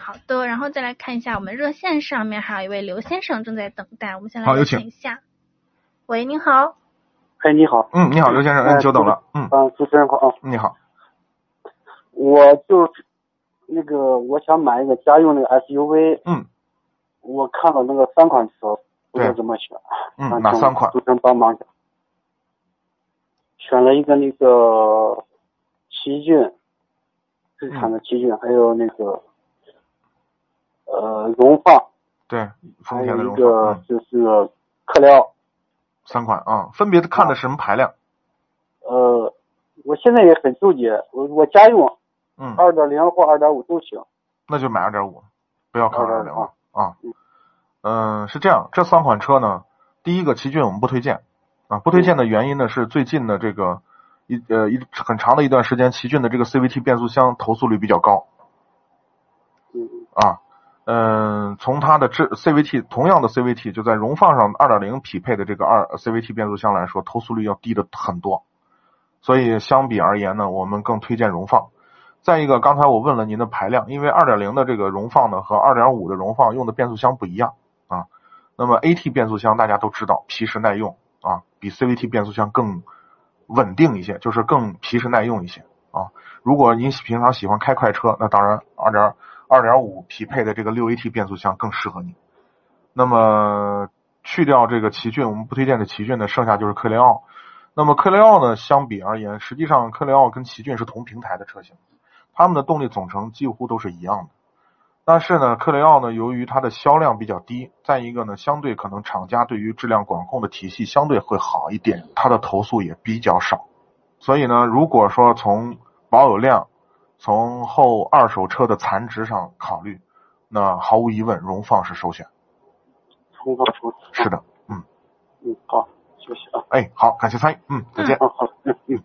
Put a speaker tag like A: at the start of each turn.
A: 好的，然后再来看一下我们热线上面还有一位刘先生正在等待，我们先来
B: 好有
A: 看
B: 请
A: 一下。喂，您好。
C: 哎，你好，
B: 嗯，你好，刘先生，
C: 哎
B: 嗯，久等了，嗯，
C: 嗯，主持人好啊，
B: 你好，
C: 我就是那个我想买一个家用那个 SUV，
B: 嗯
C: 我看到那个三款车，不知道
B: 对
C: 怎么选，
B: 嗯
C: 啊，
B: 哪
C: 请
B: 三款
C: 主？持人帮忙一下，选了一个那个奇骏，日产的
B: 嗯
C: 奇骏，还有那个呃荣放，
B: 对，丰
C: 还
B: 田的
C: 有
B: 荣
C: 啊一
B: 放，
C: 个
B: 嗯，
C: 就是克莱奥，
B: 三款啊，分别看的是什么排量？
C: 呃，我现在也很纠结，我我家用
B: 嗯，
C: 二点零或二点五都行，
B: 那就买二点五，不要看二点
C: 2.5
B: 五啊。嗯，是这样，这三款车呢，第一个奇骏我们不推荐啊，不推荐的原因呢是最近的这个一呃一很长的一段时间，奇骏的这个 CVT 变速箱投诉率比较高
C: 嗯
B: 啊。嗯，从它的这 CVT 同样的 CVT 就在荣放上二点零匹配的这个二 CVT 变速箱来说，投诉率要低的很多，所以相比而言呢，我们更推荐荣放。再一个，刚才我问了您的排量，因为2.0的这个荣放呢和2.5的荣放用的变速箱不一样啊。那么 AT 变速箱大家都知道，皮实耐用啊，比 CVT 变速箱更稳定一些，就是更皮实耐用一些啊。如果您平常喜欢开快车，那当然2.2 2.5匹配的这个6 AT 变速箱更适合你。那么去掉这个奇骏，我们不推荐的奇骏呢，剩下就是克雷奥。那么克雷奥呢，相比而言，实际上克雷奥跟奇骏是同平台的车型。它们的动力总成几乎都是一样的。但是呢，克雷奥呢，由于它的销量比较低，再一个呢，相对可能厂家对于质量管控的体系相对会好一点，它的投诉也比较少。所以呢，如果说从保有量、从后二手车的残值上考虑，那毫无疑问，荣放是首选。
C: 重放重
B: 是的，
C: 嗯，好，谢谢啊，
B: 哎，好，感谢参与，嗯，再见。
C: 嗯，好，嗯嗯。